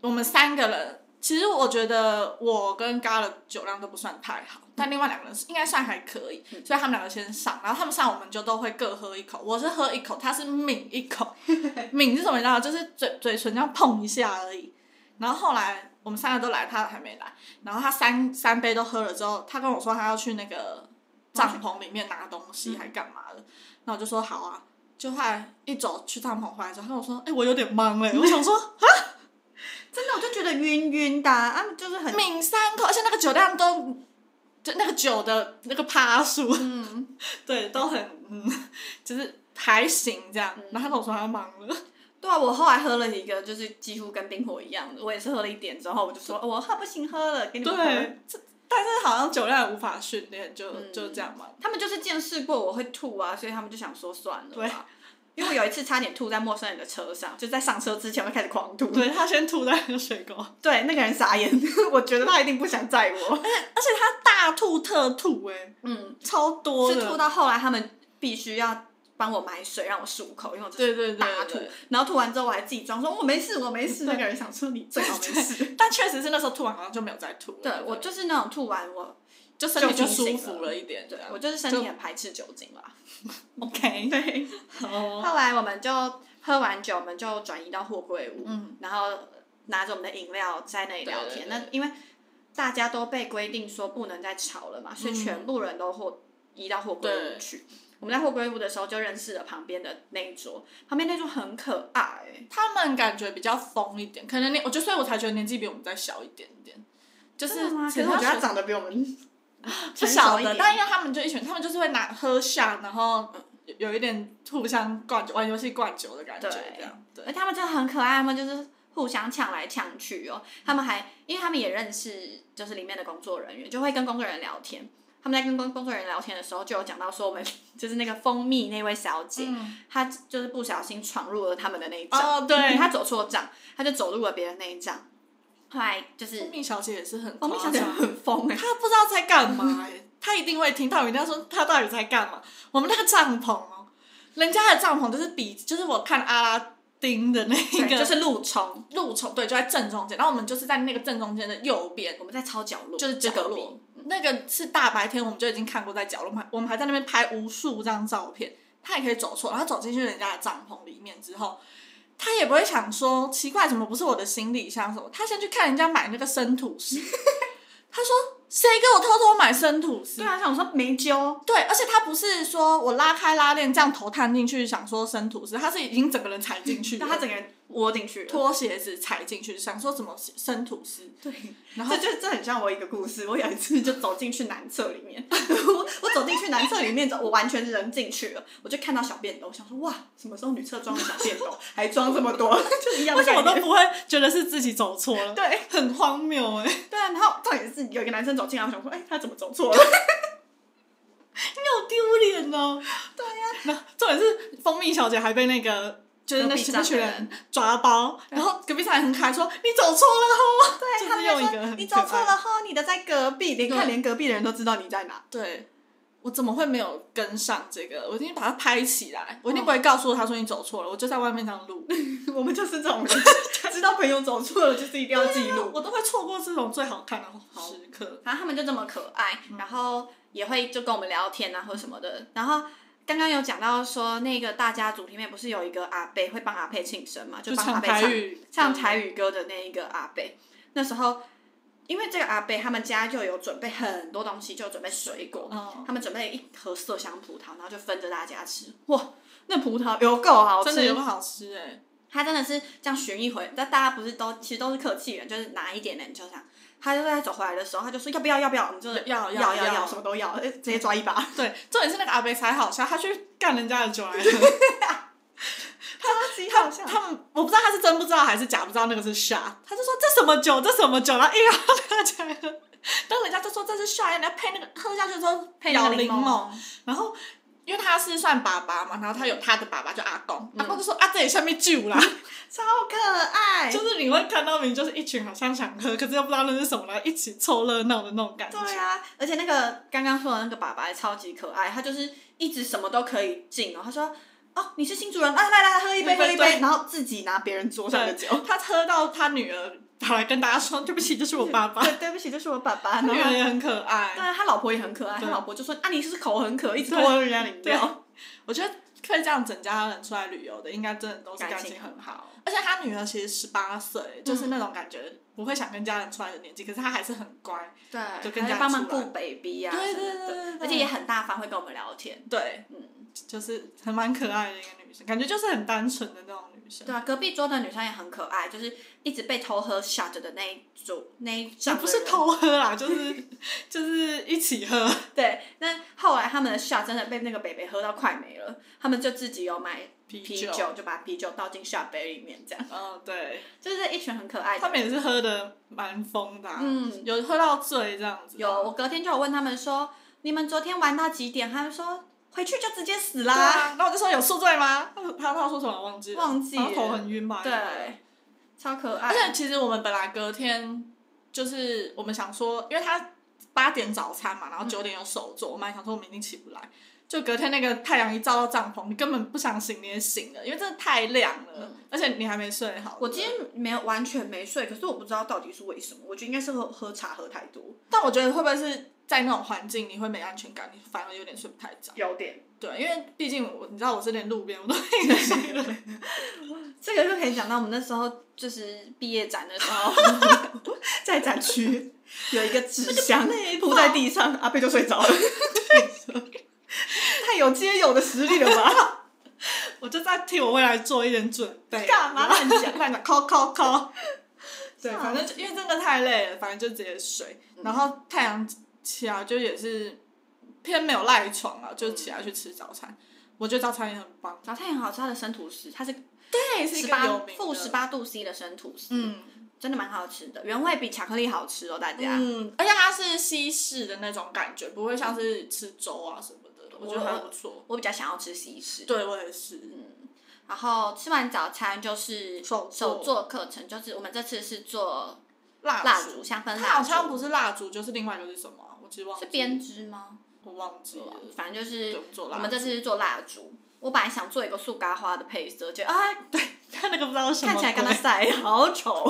S1: 我们三个人，其实我觉得我跟嘎的酒量都不算太好，
S2: 嗯
S1: 但另外两个人是应该算还可以，所以他们两个先上，然后他们上我们就都会各喝一口，我是喝一口，他是抿一口，抿是什么你知道吗？就是嘴嘴唇这样碰一下而已。然后后来我们三个都来，他还没来，然后他三三杯都喝了之后，他跟我说他要去那个帐篷里面拿东西，还干嘛的？那我就说好啊。就后来一走去帐篷回来之后，他跟我说：“哎、我有点懵哎、我想说，
S2: 真的我就觉得晕晕的啊，啊就是很
S1: 抿三口，而且那个酒量都，就那个酒的那个趴数，
S2: 嗯，
S1: 对，都很嗯，就是还行这样。然后他跟我说他忙了，
S2: 对啊，我后来喝了一个，就是几乎跟冰火一样的，我也是喝了一点之后，我就说、哦我喝不行喝了，给你们喝。
S1: 对，这但是好像酒量也无法训练，就、就这样嘛。
S2: 他们就是见识过我会吐啊，所以他们就想说算了吧。因为我有一次差点吐在陌生人的车上，就在上车之前我就开始狂吐。
S1: 对他先吐在那个水沟，而
S2: 对，那个人傻眼， 我觉得他一定不想载我。
S1: 且他大吐特吐、哎，
S2: 嗯，
S1: 超多
S2: 是
S1: 的，
S2: 吐到后来他们必须要帮我买水让我漱口，因为我就是
S1: 对对
S2: 大
S1: 对
S2: 吐
S1: 对。
S2: 然后吐完之后我还自己装说我没事，我没事。那个人想说你最好没事。
S1: 对，但确实是那时候吐完好像就没有再吐了。
S2: 对我就是那种吐完我，
S1: 就身体
S2: 就
S1: 就
S2: 清
S1: 舒
S2: 醒
S1: 服了一点，对啊
S2: 我就是身体很排斥酒精 啦。
S1: OK，
S2: 对。
S1: 好，
S2: 后来我们就喝完酒，我们就转移到货柜屋，
S1: 嗯
S2: 然后拿着我们的饮料在那里聊天。
S1: 对对对
S2: 那因为大家都被规定说不能再吵了嘛，所以全部人都货移到货柜屋
S1: 对
S2: 去。我们在货柜屋的时候就认识了旁边的那一桌，旁边那桌很可爱、欸，
S1: 他们感觉比较疯一点，可能年我就所以我才觉得年纪比我们再小一点点，就是
S2: 真的吗？可
S1: 其
S2: 是
S1: 实
S2: 我觉得
S1: 他
S2: 他长得比我 们
S1: 不
S2: 成熟
S1: 小
S2: 一
S1: 的，
S2: 点
S1: 但因为他们就一群，他们就是会拿喝下，然后有有一点互相灌酒，玩游戏灌酒的感觉，
S2: 对
S1: 这样对
S2: 而他们真的很可爱，他们就是互相抢来抢去哦。他们还，因为他们也认识，就是里面的工作人员，就会跟工作人员聊天。他们在跟工工作人员聊天的时候，就有讲到说，我们 就是那个蜂蜜那位小姐，她就是不小心闯入了他们的那一帐，
S1: 嗯哦对
S2: 她走错帐，她就走入了别人那一帐。后来就是哦
S1: 蜂蜜小姐也是很
S2: 蜂蜜小姐
S1: 夸张
S2: 很疯哎、
S1: 她不知道在干嘛、欸，她一定会听到，一定要说她到底在干嘛。我们那个帐篷哦，人家的帐篷就是比，就是我看阿拉丁的那
S2: 对
S1: 个，
S2: 就是路冲，
S1: 路从对，就在正中间，然后我们就是在那个正中间的右边，
S2: 我们在超角落，
S1: 就是
S2: 这
S1: 角
S2: 个
S1: 落。那个是大白天，我们就已经看过在角落，我们还我们还在那边拍无数张照片。他也可以走错，然后走进去人家的帐篷里面之后，他也不会想说奇怪，怎么不是我的行李箱什么？他先去看人家买那个生吐司， 他说谁给我偷偷买生吐司
S2: 对？啊，想说没揪，
S1: 对，而且他不是说我拉开拉链这样头探进去想说生吐司，他是已经整个人踩进去了，
S2: 但她嗯整个人窝进去了。
S1: 拖鞋子踩进去，想说怎么生吐司？
S2: 对，
S1: 然
S2: 这就这很像我一个故事。我有一次就走进去男厕里 面，我我走进去男厕里面，我完全人进去了，我就看到小便斗，我想说哇，什么时候女厕装小便斗，还装这么 多，就是一样
S1: 为
S2: 的
S1: 什
S2: 概
S1: 么都
S2: 念。
S1: 不会觉得是自己走错了？
S2: 对，
S1: 很荒谬哎、
S2: 对啊，然后重点是有一个男生走进来，我想说，哎、他怎么走错了？
S1: 你好丢脸哦！
S2: 对呀、
S1: 那重点是蜂蜜小姐还被那个就是那
S2: 隔壁
S1: 群
S2: 站
S1: 那
S2: 的
S1: 群人
S2: 人
S1: 抓包，然后隔壁上来很可爱说你走错了哦。
S2: 对，
S1: 就是
S2: 他
S1: 用一
S2: 们
S1: 个
S2: 就说
S1: 很
S2: 你走错
S1: 可爱
S2: 了吼，你的在隔壁，连看连隔壁的人都知道你在哪。
S1: 对，我怎么会没有跟上这个？我一定把它拍起来，
S2: 哦
S1: 我一定不会告诉他说你走错了，我就在外面这样录。
S2: 我们就是这种 人，知道朋友走错了， 就是一定要记录。
S1: 我都会错过这种最好看的时刻。
S2: 反正他们就这么可爱，
S1: 嗯
S2: 然后也会就跟我们聊天啊或什么的。然后刚刚有讲到说那个大家族里面不是有一个阿贝会帮阿佩庆生嘛，就帮阿
S1: 唱
S2: 贝
S1: 台
S2: 唱
S1: 语，
S2: 唱台语歌的那一个阿贝。那时候因为这个阿贝他们家就有准备很多东西，就有准备水果，
S1: 嗯
S2: 他们准备了一盒麝香葡萄，然后就分着大家吃。哇，那葡萄有够好吃，
S1: 真的有好吃哎、
S2: 他真的是这样巡一回，但大家不是都其实都是客气人，就是拿一点点就这样。他就在走回来的时候，他就说要不要要不要，我们就是
S1: 要
S2: 要
S1: 要要
S2: 要什么都要，哎直接抓一把。
S1: 对，重点是那个阿北才好笑，他去干人家的酒来喝。
S2: 超级
S1: 他他们我不知道他是真不知道还是假不知道那个是 shot，他就说这什么酒，这什么酒，然后硬要大家喝。当人家就说这是 shot，人家配那个喝下去之后配
S2: 那
S1: 咬
S2: 个
S1: 柠
S2: 柠檬
S1: 檬，然后。因为他是算爸爸嘛，然后他有他的爸爸就阿公，阿公就说啊这里下面酒 啦，
S2: 超可爱。
S1: 就是你会看到明明就是一群好像想喝，可是又不知道那是什么，然后一起凑热闹的那种感觉。
S2: 对啊，而且那个刚刚说的那个爸爸也超级可爱，他就是一直什么都可以进哦。他说：“哦，你是新主人，来来来，喝一杯，喝
S1: 对
S2: 一
S1: 对
S2: 杯。”然后自己拿别人桌上的酒。
S1: 他喝到他女儿跑来跟大家说：“对不起，这是我爸爸。
S2: 对，对不起，这是我爸爸。””然
S1: 女儿
S2: 后，
S1: 也很可爱。
S2: 对，啊他老婆也很可爱，他
S1: 对
S2: 老婆就说：“啊，你是不是口很渴，一直
S1: 对
S2: 拖人家饮
S1: 对
S2: 料。
S1: 我觉得可以这样整家人出来旅游的，应该真的都是感情很好。而且他女儿其实十八岁，就是
S2: 嗯
S1: 那种感觉不会想跟家人出来的年纪，可是他还是很乖。”
S2: 对，
S1: 就跟
S2: 还
S1: 家
S2: 会帮忙
S1: 出来
S2: 顾 baby 啊，什
S1: 对
S2: 么
S1: 对
S2: 的
S1: 对对对
S2: 而且也很大方，会跟我们聊天。
S1: 对，嗯，就是还蛮可爱的一个女生，感觉就是很单纯的那种女生。
S2: 对啊，隔壁桌的女生也很可爱，就是一直被偷喝 shot 的那一组那一
S1: 也
S2: 张，
S1: 不是偷喝啦，就是就是一起喝。
S2: 对，那后来他们的 shot 真的被那个北北喝到快没了，他们就自己有买
S1: 啤
S2: 啤
S1: 酒
S2: 酒，就把啤酒倒进 shot 杯里面，这样
S1: 嗯，对，
S2: 就是一群很可爱
S1: 他
S2: 的。
S1: 们也是喝的蛮疯的、啊，
S2: 嗯，
S1: 有喝到醉这样子。啊
S2: 有，我隔天就有问他们说，你们昨天玩到几点？他们说回去就直接死
S1: 对
S2: 啦，
S1: 啊，然后我就说有宿醉吗？他他他说什么忘记了，
S2: 忘记
S1: 然后头
S2: 了
S1: 很晕吧？
S2: 对，超可爱
S1: 而。且其实我们本来隔天就是我们想说，因为他八点早餐嘛，然后九点有手作，我们还想说我们一定起不来。就隔天那个太阳一照到帐篷，你根本不想醒，你也醒了，因为真的太亮了，而且你还没睡好。
S2: 嗯我今天没有完全没睡，可是我不知道到底是为什么，我觉得应该是喝喝茶喝太多，
S1: 但我觉得会不会是在那种环境，你会没安全感，你反而有点睡不太着。
S2: 有点。
S1: 对，因为毕竟我你知道我是连路边我都已 经睡了。
S2: 这个就可以讲到我们那时候就是毕业展的 时候，在展区 有一个纸箱铺在地上，阿贝就睡 着了。太有皆有的实力了 吧？
S1: 我就在替我未来做一点准备。
S2: 干嘛乱讲
S1: 乱讲，啊敲敲敲。对，
S2: 笑
S1: 反正就因为真的太累了，反正就直接睡。
S2: 嗯
S1: 然后太阳起来就也是偏没有赖床啊，
S2: 嗯
S1: 就起来去吃早餐。我觉得早餐也很棒。
S2: 早餐很好吃，它的生吐司，它是
S1: 对，是一
S2: 十
S1: 个有
S2: 八
S1: 名的
S2: 负十。八度 C 的生吐司，
S1: 嗯
S2: 真的蛮好吃的，原味比巧克力好吃哦，大家。
S1: 嗯，而且它是西式的那种感觉，不会像是吃粥啊什么的，我觉得还不错。
S2: 我比较想要吃西式，
S1: 对我也是。
S2: 然后吃完早餐就是
S1: 手作
S2: 手作课程，就是我们这次是做
S1: 蜡
S2: 蜡烛、香氛
S1: 它
S2: 蜡烛，
S1: 好像不是蜡烛，就是另外一个是什么啊？我其实忘
S2: 是哦
S1: 记，
S2: 编织吗？
S1: 我忘记了。
S2: 反正就是
S1: 对做蜡
S2: 我们这次是做蜡烛。我本来想做一个塑胶花的配色，就啊，
S1: 它那个不知道是什么
S2: 看
S1: 鬼，
S2: 起来跟它晒好丑。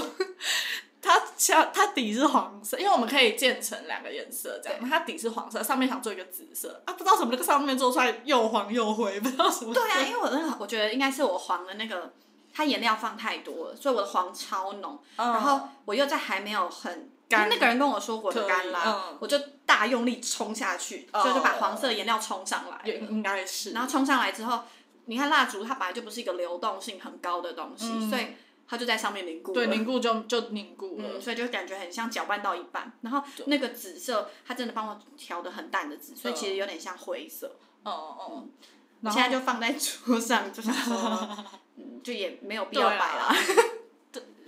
S1: 它下它底是黄色，因为我们可以建成两个颜色这样。它底是黄色，上面想做一个紫色啊，不知道什么那个上面做出来又黄又灰，不知道 什么。
S2: 对啊，因为我那个我觉得应该是我黄的那个，它颜料放太多了，所以我的黄超浓。
S1: 嗯
S2: 然后我又在还没有很
S1: 干
S2: 因为那个人跟我说我的干
S1: 可以
S2: 啦
S1: 嗯，
S2: 我就大用力冲下去，
S1: 哦
S2: 所以就把黄色颜料冲上来
S1: 也
S2: 了。
S1: 应该是，
S2: 然后冲上来之后，你看蜡烛它本来就不是一个流动性很高的东西，所以它就在上面嗯凝固了。
S1: 对凝固就就凝固了
S2: 嗯，。所以就感觉很像搅拌到一半，然后那个紫色，它真的帮我调的很淡的紫，所以其实有点像灰色。
S1: 哦哦，
S2: 我
S1: 然后
S2: 现在就放在桌上，就想 说，嗯，就也没有必要
S1: 对
S2: 摆
S1: 啊
S2: 啦。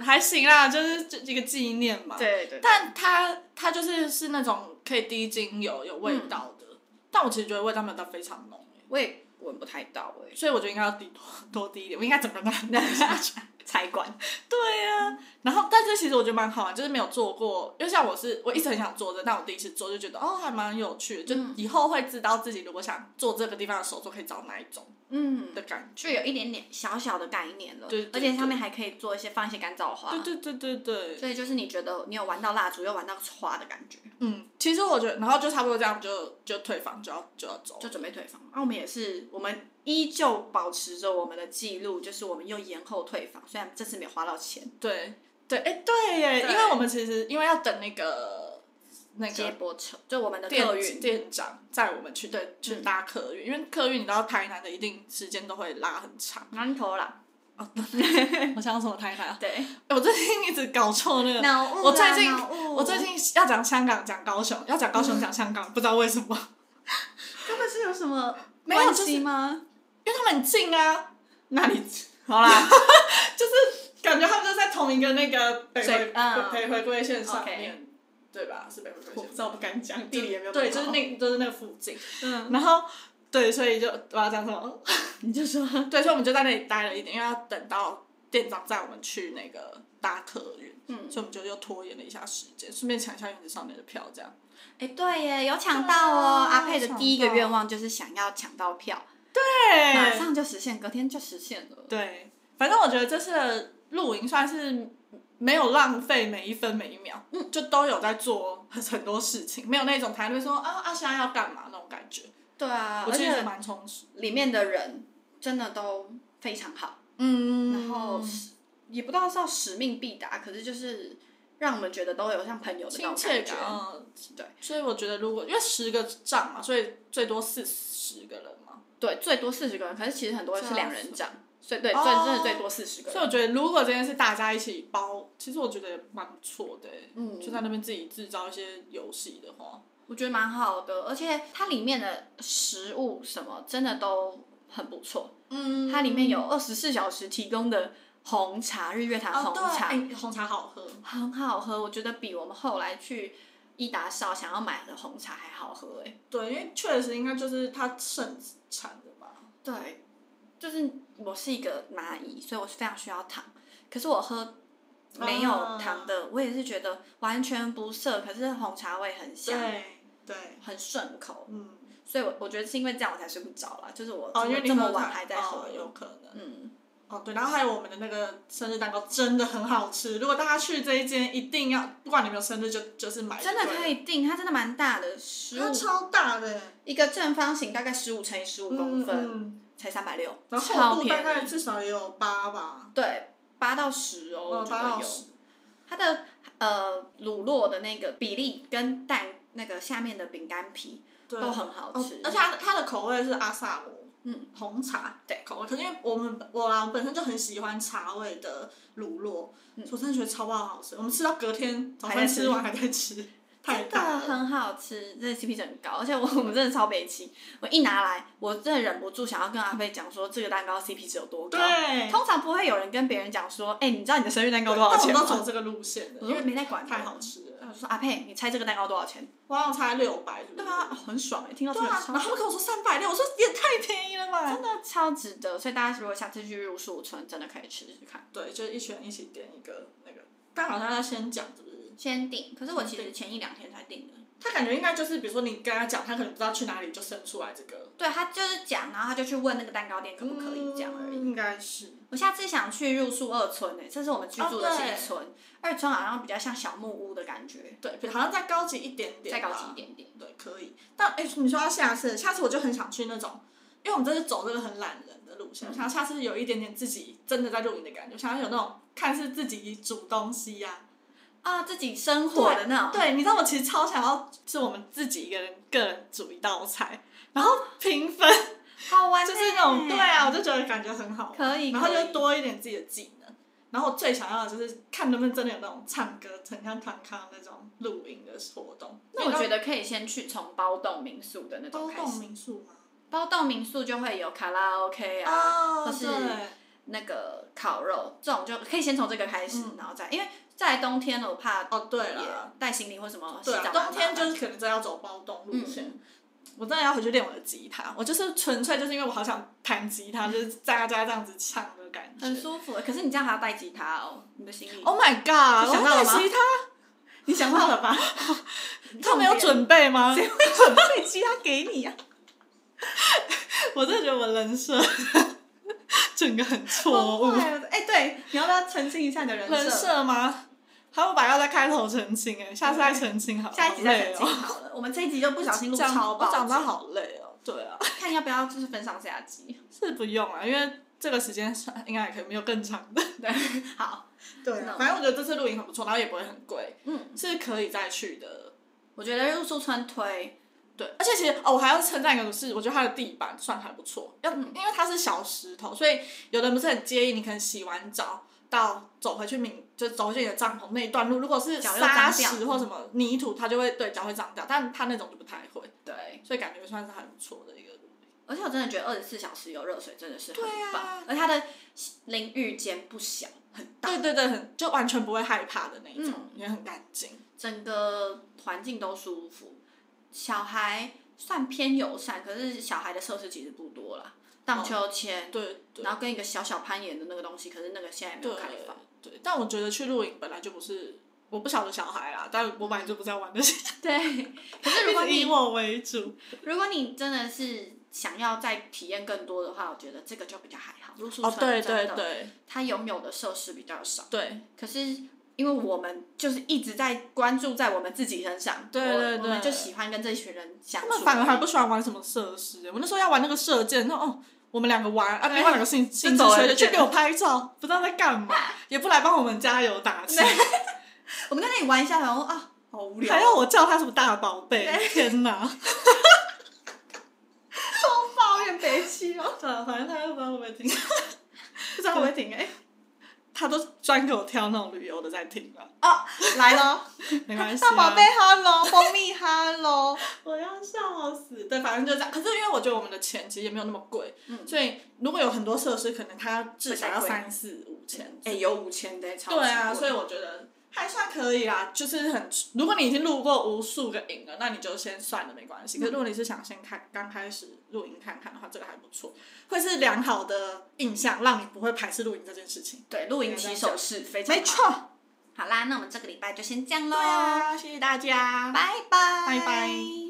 S1: 还行啦，就是这一个纪念嘛。
S2: 对对
S1: 但它它就是是那种可以滴精油有
S2: 嗯
S1: 味道的，但我其实觉得味道没有到非常浓。
S2: 我也闻不太到哎、
S1: 所以我觉得应该要滴多多滴一点，我应该整个让它 那样下去。
S2: 欸菜馆
S1: 对呀、然后但是其实我觉得蛮好玩，就是没有做过，因为像我是我一直很想做的，但我第一次做就觉得哦还蛮有趣的，就
S2: 嗯
S1: 以后会知道自己如果想做这个地方的手作可以找哪一种
S2: 嗯，
S1: 的感
S2: 就有一点点小小的概念了，
S1: 对对
S2: 而且上面还可以做一些放一些干燥花
S1: 觉。，对对对对对，
S2: 所以就是你觉得你有玩到蜡烛，又玩到花的感觉，
S1: 嗯，其实我觉得，然后就差不多这样就就退房就要就要走了，
S2: 就准备退房。啊，我们也是，我们依旧保持着我们的记录，就是我们又延后退房，虽然这次没有花到钱。
S1: 对对哎对耶，
S2: 对
S1: 因为我们其实因为要等那个那个
S2: 接驳车，就我们的客
S1: 店
S2: 运，嗯
S1: 店长载我们去对去搭客运，因为客运你知道台南的一定时间都会拉很长。
S2: 南投啦，
S1: 我想什么台南啊？
S2: 对，
S1: 哎我最近一直搞错那个。
S2: 脑雾啦
S1: 我最近
S2: 脑雾
S1: 我最近要讲香港，讲高雄；要讲高
S2: 嗯
S1: 雄，讲香港，不知道为什么，
S2: 根本是有什 么
S1: 没有
S2: 关系吗？
S1: 因为他们很近啊，
S2: 那你好 啦，
S1: 感觉他们就在同一个那个北
S2: 水
S1: 回
S2: 嗯
S1: 北回归线上
S2: OK
S1: 面，对吧？是北回归线吗，
S2: 不敢讲
S1: 对，就是那，就是那个附近。
S2: 嗯，
S1: 然后对，所以就我要讲什么？
S2: 你就说
S1: 对，所以我们就在那里待了一点，因为要等到店长载我们去那个搭客运，
S2: 嗯
S1: 所以我们就又拖延了一下时间，顺便抢一下原子少年的票，这样。
S2: 哎，对耶，有抢到哦！
S1: 对啊
S2: 阿佩的第一个愿望就是想要抢到票，马
S1: 对，
S2: 上就实现，隔天就实现了。
S1: 对，反正我觉得这次的露营算是没有浪费每一分每一秒，
S2: 嗯
S1: 就都有在做很多事情，没有那种台论说啊啊现在要干嘛那种感觉，
S2: 对啊，
S1: 我
S2: 而
S1: 觉得
S2: 且
S1: 蛮充实。
S2: 里面的人真的都非常好，
S1: 嗯
S2: 然后使也不知道是要使命必达，可是就是让我们觉得都有像朋友的那
S1: 亲
S2: 种
S1: 切
S2: 觉
S1: 感，。嗯
S2: 对，
S1: 所以我觉得如果因为十个帐嘛，所以最多四十个人嘛，
S2: 对，最多四十个人，可是其实很多人是
S1: 这样
S2: 两
S1: 子
S2: 人帐，所以对，最
S1: 哦
S2: 真的最多四十个
S1: 所以
S2: 人。
S1: 我觉得如果这件事大家一起包，其实我觉得也蛮不错的欸、
S2: 嗯哦
S1: 就在那边自己制造一些游戏的话，
S2: 我觉得蛮好的，而且它里面的食物什么真的都很不错。
S1: 嗯
S2: 它里面有二十四小时提供的红茶，日月潭红
S1: 哦对
S2: 茶、
S1: 哎红茶好喝，
S2: 很好喝，我觉得比我们后来去伊达少想要买的红茶还好喝哎、
S1: 对，因为确实应该就是它盛产的吧。
S2: 对，就是我是一个蚂蚁，所以我是非常需要糖，可是我喝。
S1: 啊
S2: 没有糖的，我也是觉得完全不涩，可是红茶味很香，
S1: 对，
S2: 很顺口，
S1: 嗯，
S2: 所以我我觉得是因为这样我才睡不着啦，就是我
S1: 哦，因为你
S2: 这
S1: 喝
S2: 么
S1: 茶
S2: 晚还在喝，
S1: 哦有可能。
S2: 嗯，
S1: 哦，对，然后还有我们的那个生日蛋糕真的很好吃，如果大家去这一间，一定要，不管你有没有生日就，就是买。
S2: 真的可
S1: 以，
S2: 以订，它真的蛮大的，十五
S1: 它超大的，
S2: 一个正方形大概十五乘以十五公分，
S1: 嗯嗯
S2: 才三百六，
S1: 然后
S2: 超
S1: 厚度
S2: 便
S1: 大
S2: 宜。
S1: 概至少也有八吧，
S2: 对，八到十哦，我觉
S1: 八
S2: 得
S1: 到
S2: 有。
S1: 十。
S2: 它的呃乳酪的那个比例跟蛋那个下面的饼干皮
S1: 对
S2: 都很好
S1: 哦
S2: 吃，
S1: 而且它的它的口味是阿萨姆，
S2: 嗯，
S1: 红茶
S2: 对
S1: 口味，可是因为我们我啦，我本身就很喜欢茶味的乳酪，
S2: 嗯
S1: 所以我真的觉得超爆好吃。我们吃到隔天早
S2: 还
S1: 饭
S2: 在吃
S1: 吃完还在吃，太
S2: 真的
S1: 大了。
S2: 很好吃，这 CP 值很高，而且我 我们真的超北齐，我一拿来，我真的忍不住想要跟阿飞讲说这个蛋糕 CP 值有多高。
S1: 对，
S2: 通常不会有人跟别人讲说，哎、你知道你的生日蛋糕多
S1: 但
S2: 少
S1: 我们
S2: 钱
S1: 都
S2: 吗？
S1: 走这个路线的，
S2: 我
S1: 因
S2: 说
S1: 为
S2: 没在管，
S1: 太好。吃了。
S2: 我说阿佩，你猜这个蛋糕多少钱？
S1: 我好像才六百，
S2: 对啊，哦很爽哎、听到这
S1: 对
S2: 个
S1: 啊，
S2: 超
S1: 然后他们跟我说三百六，我说也太便宜了吧
S2: 真。的超值得，所以大家如果下次去入树村，真的可以吃吃看。
S1: 对，就是一群人一起点一个那个，但好像要先讲是不是？
S2: 先订，可是我其
S1: 先
S2: 实前一两天才订的。
S1: 他感觉应该就是，比如说你跟他讲，他可能不知道去哪里就生出来这个
S2: 对他就是讲，然后他就去问那个蛋糕店可不可以这样而已。
S1: 应该是。
S2: 我下次想去入宿二村诶、这是我们居住的
S1: 哦
S2: 新
S1: 对
S2: 村。二村好像比较像小木屋的感觉，
S1: 对，比好像再高级一点点，
S2: 再高级一。点点。
S1: 对，可以。但哎、你说到下次，下次我就很想去那种，因为我们这是走这个很懒人的路线，
S2: 嗯
S1: 我想下次有一点点自己真的在露营的感觉，我想要有那种看似自己煮东西呀、
S2: 啊，自己生活的那种。
S1: 对，你知道我其实超想要，是我们自己一个人个人煮一道菜，然
S2: 哦
S1: 后平分，
S2: 好玩、欸
S1: 就是那种对，啊，我就觉得感觉很好玩。
S2: 可以。
S1: 然后
S2: 可以
S1: 就多一点自己的技能。然后我最想要的就是看能不能真的有那种唱歌、很像康康那种露营的活动。
S2: 那我觉得可以先去从包栋民宿的那种
S1: 包
S2: 开
S1: 栋
S2: 始。
S1: 民宿吗？
S2: 包栋民宿就会有卡拉 OK 啊，
S1: 哦
S2: 或是那个烤肉这种就可以先从这个开始，
S1: 嗯
S2: 然后再因为在冬天了，我怕
S1: 哦对
S2: 也
S1: 了，
S2: 带行李或什么洗
S1: 对
S2: 澡
S1: 啊，
S2: 蛮麻
S1: 冬
S2: 烦。
S1: 天就是可能真的要走包栋路线。
S2: 嗯
S1: 我真的要回去练我的吉他，我就是纯粹就是因为我好想弹吉他，就是在大家这样子唱的感觉。
S2: 很舒服，可是你这样还要带吉他哦，你的行李。
S1: Oh my god！
S2: 你想
S1: 我
S2: 到了
S1: 弹
S2: 吗
S1: 吉他，你想到了吧？ 他没有
S2: 重点
S1: 准备吗？
S2: 谁会准备吉他给你啊？
S1: 我真的觉得我人设 整个很错
S2: 哦，
S1: 误。
S2: 哎、对，你要不要澄清一下你的人
S1: 人设吗？还有我把要在开头澄清哎、下次再澄清好了。
S2: 下一集再澄
S1: 好累
S2: 清
S1: 哦
S2: 好了。我们这一集就不小心录
S1: 讲
S2: 超爆，
S1: 我讲到好累哦。对啊，
S2: 看要不要就是分上下 集。
S1: 是不用啊，因为这个时间算应该也可以没有更长的。
S2: 对，好，
S1: 对
S2: 啊
S1: 反正我觉得这次露营很不错，然后也不会很贵，
S2: 嗯，
S1: 是可以再去的。
S2: 我觉得入宿村推，
S1: 对，而且其实哦，我还要称赞一个是，我觉得它的地板算还不错，要、
S2: 嗯
S1: 因为它是小石头，所以有的人不是很介意你可能洗完澡到走回去民，就走回去你的帐篷那一段路，如果是
S2: 脚又脏
S1: 沙
S2: 掉
S1: 石或什么泥土，它就会对脚会脏掉，但它那种就不太会，
S2: 对，
S1: 所以感觉算是还不错的一个路。
S2: 而且我真的觉得二十四小时有热水真的是很
S1: 对啊
S2: 棒，而它的淋浴间不小，很大，
S1: 对对对，很就完全不会害怕的那一种，
S2: 嗯
S1: 也很干净。
S2: 整个环境都舒服。小孩算偏友善，可是小孩的设施其实不多啦，荡秋千，
S1: 对对
S2: 然后跟一个小小攀岩的那个东西，可是那个现在也没有开放。
S1: 对，但我觉得去露营本来就不是，我不晓得小孩啦，但我本来就不在玩这些，
S2: 对，可是如果
S1: 一直以
S2: 你
S1: 我为主。
S2: 如果你真的是想要再体验更多的话，我觉得这个就比较还好。露宿
S1: 哦，
S2: 村
S1: 对
S2: 真
S1: 对
S2: 的
S1: 对
S2: 它拥有的设施比较少，
S1: 对
S2: 可是因为我们就是一直在关注在我们自己身上，
S1: 对
S2: 我
S1: 对
S2: 我们就
S1: 对
S2: 喜欢跟这一群人相
S1: 他
S2: 处。
S1: 们反而还不喜欢玩什么设施、欸我那时候要玩那个射箭，那哦，我们两个玩啊，
S2: 对
S1: 另外两个兴兴致
S2: 走
S1: 缺
S2: 人
S1: 缺，去
S2: 见
S1: 给我拍照，不知道在干嘛，也不来帮我们加油打气，
S2: 我们在那里玩一下，然后啊，好无聊，
S1: 还要我叫他什么大宝贝，天哪！
S2: 抱怨北七哦，
S1: 啊，反正他又不知道会不会听，
S2: 不知道会不会停哎、
S1: 他都专给我挑那种旅游的在听了，
S2: 哦，来喽，
S1: 没关系、啊。
S2: 大宝贝，，hello，蜂蜜，hello，
S1: 我要笑死。对，反正就这样。可是因为我觉得我们的钱其实也没有那么贵，
S2: 嗯
S1: 所以如果有很多设施，可能它至少要三四五千。
S2: 哎、有五千的、超
S1: 对啊，
S2: 级贵
S1: 所以我觉得还算可以啦。就是很，如果你已经录过无数个影了，那你就先算了，没关系。可是如果你是想先看刚开始录影看看的话，这个还不错，会是良好的印象，让你不会排斥录影这件事情。
S2: 对露营起手式非常好
S1: 没错。啊
S2: 好啦，那我们这个礼拜就先这样喽，
S1: 对啊，谢谢大家，
S2: 拜拜，
S1: 拜拜